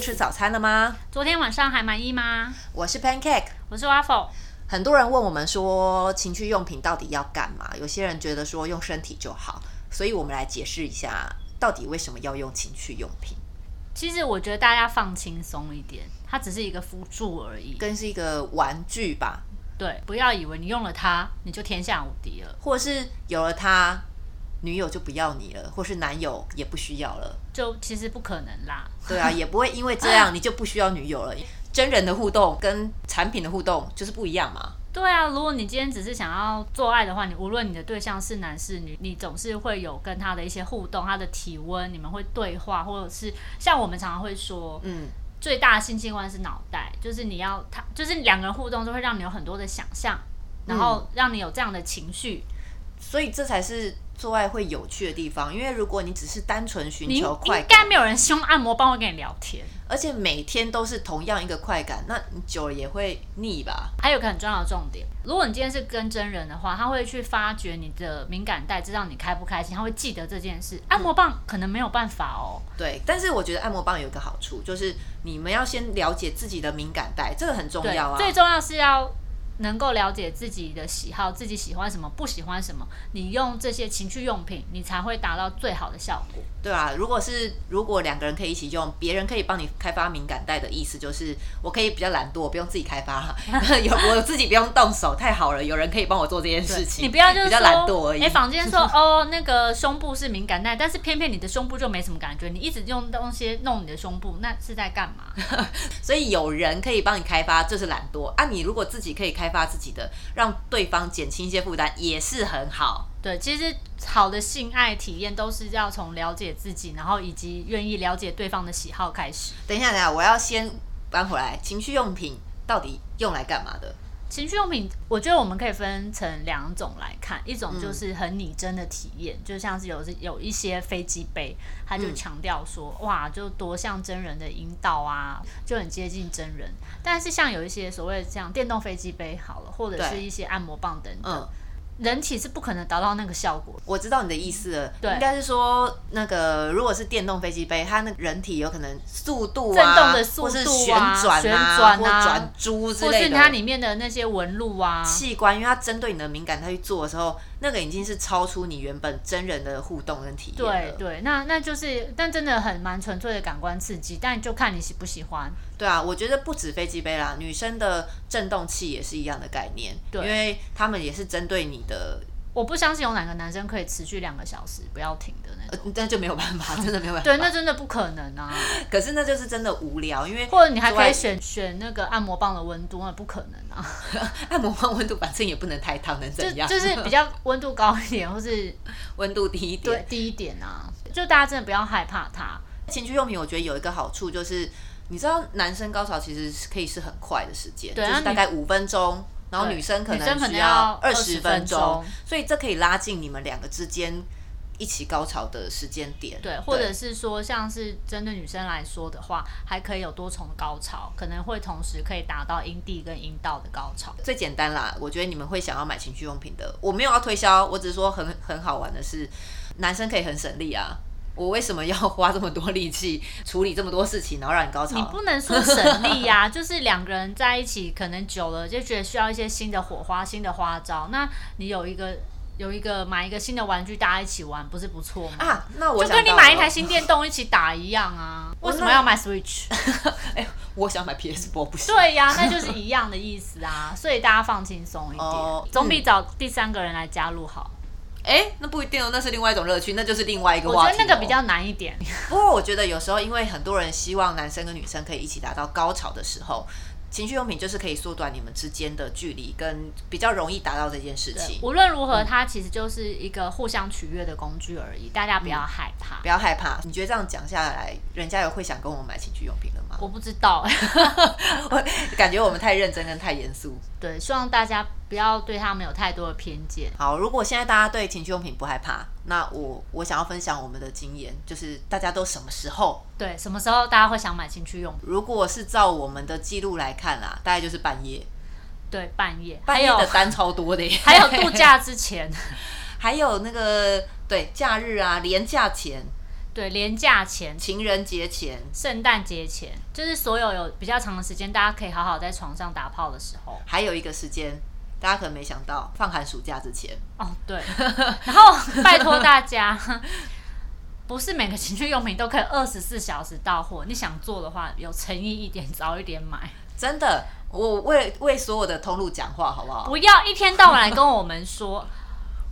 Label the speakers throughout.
Speaker 1: 吃早餐了吗？
Speaker 2: 昨天晚上还满意吗？
Speaker 1: 我是 Pancake。
Speaker 2: 我是 Waffle，
Speaker 1: 很多人问我们说，情趣用品到底要干嘛？有些人觉得说用身体就好，所以我们来解释一下，到底为什么要用情趣用品，
Speaker 2: 其实我觉得大家放轻松一点，它只是一个辅助而已。
Speaker 1: 跟是一个玩具吧，
Speaker 2: 对，不要以为你用了它你就天下无敌了，
Speaker 1: 或者是有了它，女友就不要你了，或是男友也不需要了。
Speaker 2: 就其实不可能啦。
Speaker 1: 对啊，也不会因为这样你就不需要女友了。真人的互动跟产品的互动就是不一样嘛。
Speaker 2: 对啊，如果你今天只是想要做爱的话，你无论你的对象是男是女，你总是会有跟他的一些互动，他的体温，你们会对话，或者是像我们常常会说，
Speaker 1: 嗯，
Speaker 2: 最大的性器官是脑袋，就是你要他，就是两个人互动就会让你有很多的想象，然后让你有这样的情绪，
Speaker 1: 所以这才是做爱会有趣的地方。因为如果你只是单纯寻
Speaker 2: 你
Speaker 1: 求快
Speaker 2: 应
Speaker 1: 感，
Speaker 2: 该没有人是用按摩棒会跟你聊天。
Speaker 1: 而且每天都是同样一个快感，那你久了也会腻吧？
Speaker 2: 还有一个很重要的重点，如果你今天是跟真人的话，他会去发掘你的敏感带，知道你开不开心，他会记得这件事。按摩棒可能没有办法哦，
Speaker 1: 对，但是我觉得按摩棒有一个好处，就是你们要先了解自己的敏感带，这个很重要啊。
Speaker 2: 最重要是要能够了解自己的喜好，自己喜欢什么，不喜欢什么。你用这些情趣用品，你才会达到最好的效果。
Speaker 1: 对啊，如果是如果两个人可以一起用，别人可以帮你开发敏感带的意思就是，我可以比较懒惰，我不用自己开发， 有我自己不用动手，太好了，有人可以帮我做这件事情。
Speaker 2: 你不要就是
Speaker 1: 比较懒惰
Speaker 2: 说，
Speaker 1: 而已。
Speaker 2: 哎、坊 间说哦，那个胸部是敏感带，但是偏偏你的胸部就没什么感觉，你一直用东西弄你的胸部，那是在干嘛？
Speaker 1: 所以有人可以帮你开发，这是懒惰啊。你如果自己可以开发自己的，让对方减轻一些负担，也是很好。
Speaker 2: 对，其实好的性爱体验都是要从了解自己，然后以及愿意了解对方的喜好开始。
Speaker 1: 等一下，等一下，我要先搬回来，情趣用品到底用来干嘛的？
Speaker 2: 情趣用品，我觉得我们可以分成两种来看，一种
Speaker 1: 嗯
Speaker 2: 就是很拟真的体验，就像是有有一些飞机杯，它
Speaker 1: 嗯
Speaker 2: 就强调说，哇，就多像真人的引导啊，就很接近真人。但是像有一些所谓像电动飞机杯好了，或者
Speaker 1: 对
Speaker 2: 是一些按摩棒等
Speaker 1: 嗯
Speaker 2: 等，人体是不可能达到那个效果的。
Speaker 1: 我知道你的意思了，
Speaker 2: 对
Speaker 1: 应该是说那个，如果是电动飞机杯，它那个人体有可能速度啊，
Speaker 2: 震动的速度啊
Speaker 1: 或是旋转
Speaker 2: 旋
Speaker 1: 啊
Speaker 2: 转啊
Speaker 1: 或转珠之
Speaker 2: 或
Speaker 1: 类
Speaker 2: 是
Speaker 1: 的，
Speaker 2: 它里面的那些纹路啊，
Speaker 1: 器官，因为它针对你的敏感，它去做的时候，那个已经是超出你原本真人的互动跟体验了。
Speaker 2: 对对，那那就是，但真的很蛮纯粹的感官刺激，但就看你喜不喜欢。
Speaker 1: 对啊，我觉得不止飞机杯啦，女生的震动器也是一样的概念，
Speaker 2: 对
Speaker 1: 因为他们也是针对你的，
Speaker 2: 我不相信有哪个男生可以持续两个小时不要停的那
Speaker 1: 呃
Speaker 2: 种。，
Speaker 1: 那就没有办 法，真的没有办法。
Speaker 2: 对，那真的不可能啊！
Speaker 1: 可是那就是真的无聊，因为
Speaker 2: 或者你还可
Speaker 1: 做
Speaker 2: 以选选那个按摩棒的温度，那不可能啊！
Speaker 1: 爱 按摩棒温度反正也不能太烫，能
Speaker 2: 就
Speaker 1: 怎样？
Speaker 2: 就是比较温度高一点，或是
Speaker 1: 温度低一
Speaker 2: 对
Speaker 1: 点。
Speaker 2: 低一点啊，就大家真的不要害怕它。
Speaker 1: 情趣用品我觉得有一个好处就是，你知道男生高潮其实是可以是很快的时间，
Speaker 2: 对
Speaker 1: 就是
Speaker 2: 那
Speaker 1: 大
Speaker 2: 女
Speaker 1: 概五分钟。然后
Speaker 2: 对
Speaker 1: 女生可
Speaker 2: 女生可
Speaker 1: 能
Speaker 2: 能
Speaker 1: 需
Speaker 2: 要
Speaker 1: 二十
Speaker 2: 20
Speaker 1: 分
Speaker 2: 分
Speaker 1: 钟
Speaker 2: 钟，
Speaker 1: 所以这可以拉近你们两个之间一起高潮的时间点。
Speaker 2: 对，或者是说，像是针对女生来说的话，还可以有多重高潮，可能会同时可以达到阴蒂跟阴道的高潮。
Speaker 1: 最简单啦，我觉得你们会想要买情趣用品的，我没有要推销，我只是说很很好玩的是，男生可以很省力啊。我为什么要花这么多力气处理这么多事情，然后让你高
Speaker 2: 你
Speaker 1: 潮？
Speaker 2: 不能说省力呀、 就是两个人在一起，可能久了就觉得需要一些新的火花、新的花招。那你有一个有一个买一个新的玩具，大家一起玩，不是不错吗？
Speaker 1: 啊，那我
Speaker 2: 就
Speaker 1: 想
Speaker 2: 跟你
Speaker 1: 到
Speaker 2: 买一
Speaker 1: 了
Speaker 2: 台，新电动一起打一样啊！
Speaker 1: 我
Speaker 2: 为
Speaker 1: 那
Speaker 2: 什么要 买 Switch？
Speaker 1: 我想买 PS 4不行。
Speaker 2: 对呀、那就是一样的意思啊。所以大家放轻松一点，
Speaker 1: 哦
Speaker 2: 总比找第三个人来加入好。
Speaker 1: 哎、那不一定哦，那是另外一种乐趣，那就是另外一个
Speaker 2: 我
Speaker 1: 话题、
Speaker 2: 觉
Speaker 1: 哦
Speaker 2: 得那个比。较难一点。
Speaker 1: 不过我觉得有时候，因为很多人希望男生跟女生可以一起达到高潮的时候，情趣用品就是可以缩短你们之间的距离，跟比较容易达到这件事情。
Speaker 2: 无论如何，
Speaker 1: 嗯
Speaker 2: 它其实就是一个互相取悦的工具而已，大家不要
Speaker 1: 嗯
Speaker 2: 害怕。
Speaker 1: 不要害怕。你觉得这样讲下来，人家有会想跟我买情趣用品的吗？
Speaker 2: 我不知道、
Speaker 1: 我 感觉我们太认真跟太严肃。
Speaker 2: 对，希望大家不要对他们有太多的偏见。
Speaker 1: 好，如果现在大家对情趣用品不害怕，那我我想要分享我们的经验，就是大家都什么时候？
Speaker 2: 对，什么时候大家会想买情趣用品？
Speaker 1: 如果是照我们的记录来看啦，大概就是半夜，
Speaker 2: 对，半夜，
Speaker 1: 半
Speaker 2: 还
Speaker 1: 夜
Speaker 2: 有
Speaker 1: 的单超多的耶，
Speaker 2: 还有 度假之前，
Speaker 1: 还有那个对假日啊，连假前，
Speaker 2: 对，廉价前、
Speaker 1: 情人节前，
Speaker 2: 圣诞节前，就是所有有比较长的时间，大家可以好好在床上打炮的时候。
Speaker 1: 还有一个时间，大家可能没想到，放寒暑假之前，
Speaker 2: 哦， 对。然后拜托大家， 不是每个情趣用品都可以二十四小时到货。你想做的话，有诚意一点，早一点
Speaker 1: 哦
Speaker 2: 买，
Speaker 1: 真的，我为为所有的通路讲话，好不好？
Speaker 2: 不要一天到晚来跟我们说，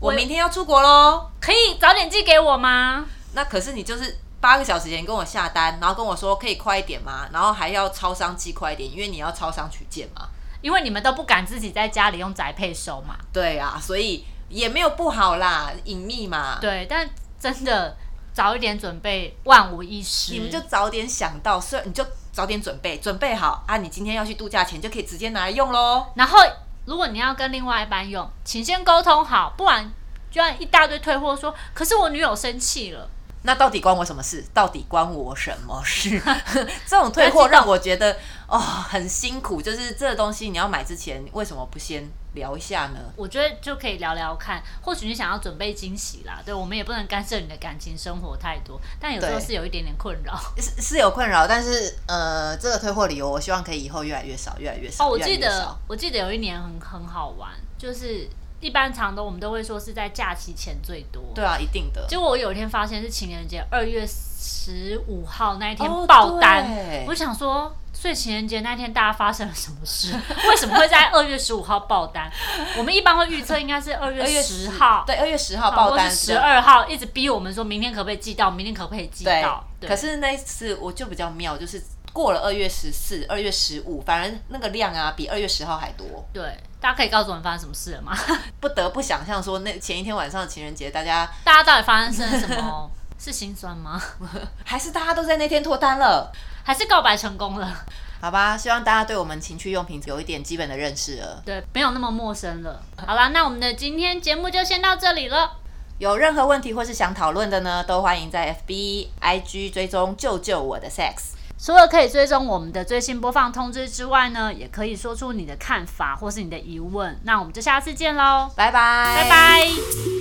Speaker 1: 我明天要出国喽，
Speaker 2: 可以早点寄给我吗？
Speaker 1: 那可是你就是。八个小时前跟我下单，然后跟我说可以快一点吗？然后还要超商寄快一点，因为你要超商取件嘛。
Speaker 2: 因为你们都不敢自己在家里用宅配收嘛。
Speaker 1: 对啊，所以也没有不好啦，隐秘嘛。
Speaker 2: 对，但真的早一点准备，万无一失。
Speaker 1: 你们就早点想到，所以你就早点准备，准备好啊！你今天要去度假前就可以直接拿来用喽。
Speaker 2: 然后，如果你要跟另外一半用，请先沟通好，不然就按一大堆退货说，可是我女友生气了。
Speaker 1: 那到底关我什么事？到底关我什么事？ 这种退货让我觉得哦很辛苦，就是这东西你要买之前为什么不先聊一下呢？
Speaker 2: 我觉得就可以聊聊看，或许你想要准备惊喜啦，对我们也不能干涉你的感情生活太多，但有时候
Speaker 1: 对
Speaker 2: 是有一点点困扰。
Speaker 1: 是是有困扰，但是呃，这个退货理由我希望可以以后越来越少，越来越少。
Speaker 2: 哦，我
Speaker 1: 越来
Speaker 2: 记
Speaker 1: 越
Speaker 2: 得
Speaker 1: 少
Speaker 2: 我记得有一年很很好玩，就是一般常的我们都会说是在假期前最多，
Speaker 1: 对啊，一定的。
Speaker 2: 结果我有一天发现是情人节二月十五号那一天
Speaker 1: 哦
Speaker 2: 爆单，
Speaker 1: 对
Speaker 2: 我想说，所以情人节那天大家发生了什么事？ 为什么会在二月十五号爆单？我们一般会预测应该是二月十号，嗯
Speaker 1: 对，二月十号爆单
Speaker 2: 十二号一直逼我们说明天可不可以寄到，明天可不可以寄
Speaker 1: 对
Speaker 2: 到？，对，
Speaker 1: 可是那一次我就比较妙，就是过了二月十四、二月十五，反而那个量啊比二月十号还多，
Speaker 2: 对，大家可以告诉我们发生什么事了吗？
Speaker 1: 不得不想象说那前一天晚上的情人节，大家
Speaker 2: 大家到底发生了什 么？是心酸吗？
Speaker 1: 还是大家都在那天脱单了。
Speaker 2: 还是告白成功了？
Speaker 1: 好吧，希望大家对我们情趣用品有一点基本的认识了。
Speaker 2: 对，没有那么陌生了。好啦，那我们的今天节目就先到这里了。
Speaker 1: 有任何问题或是想讨论的呢，都欢迎在 FB、IG 追踪“救救我的 sex”。
Speaker 2: 除了可以追踪我们的最新播放通知之外呢，也可以说出你的看法或是你的疑问。那我们就下次见喽，
Speaker 1: 拜拜，
Speaker 2: 拜拜。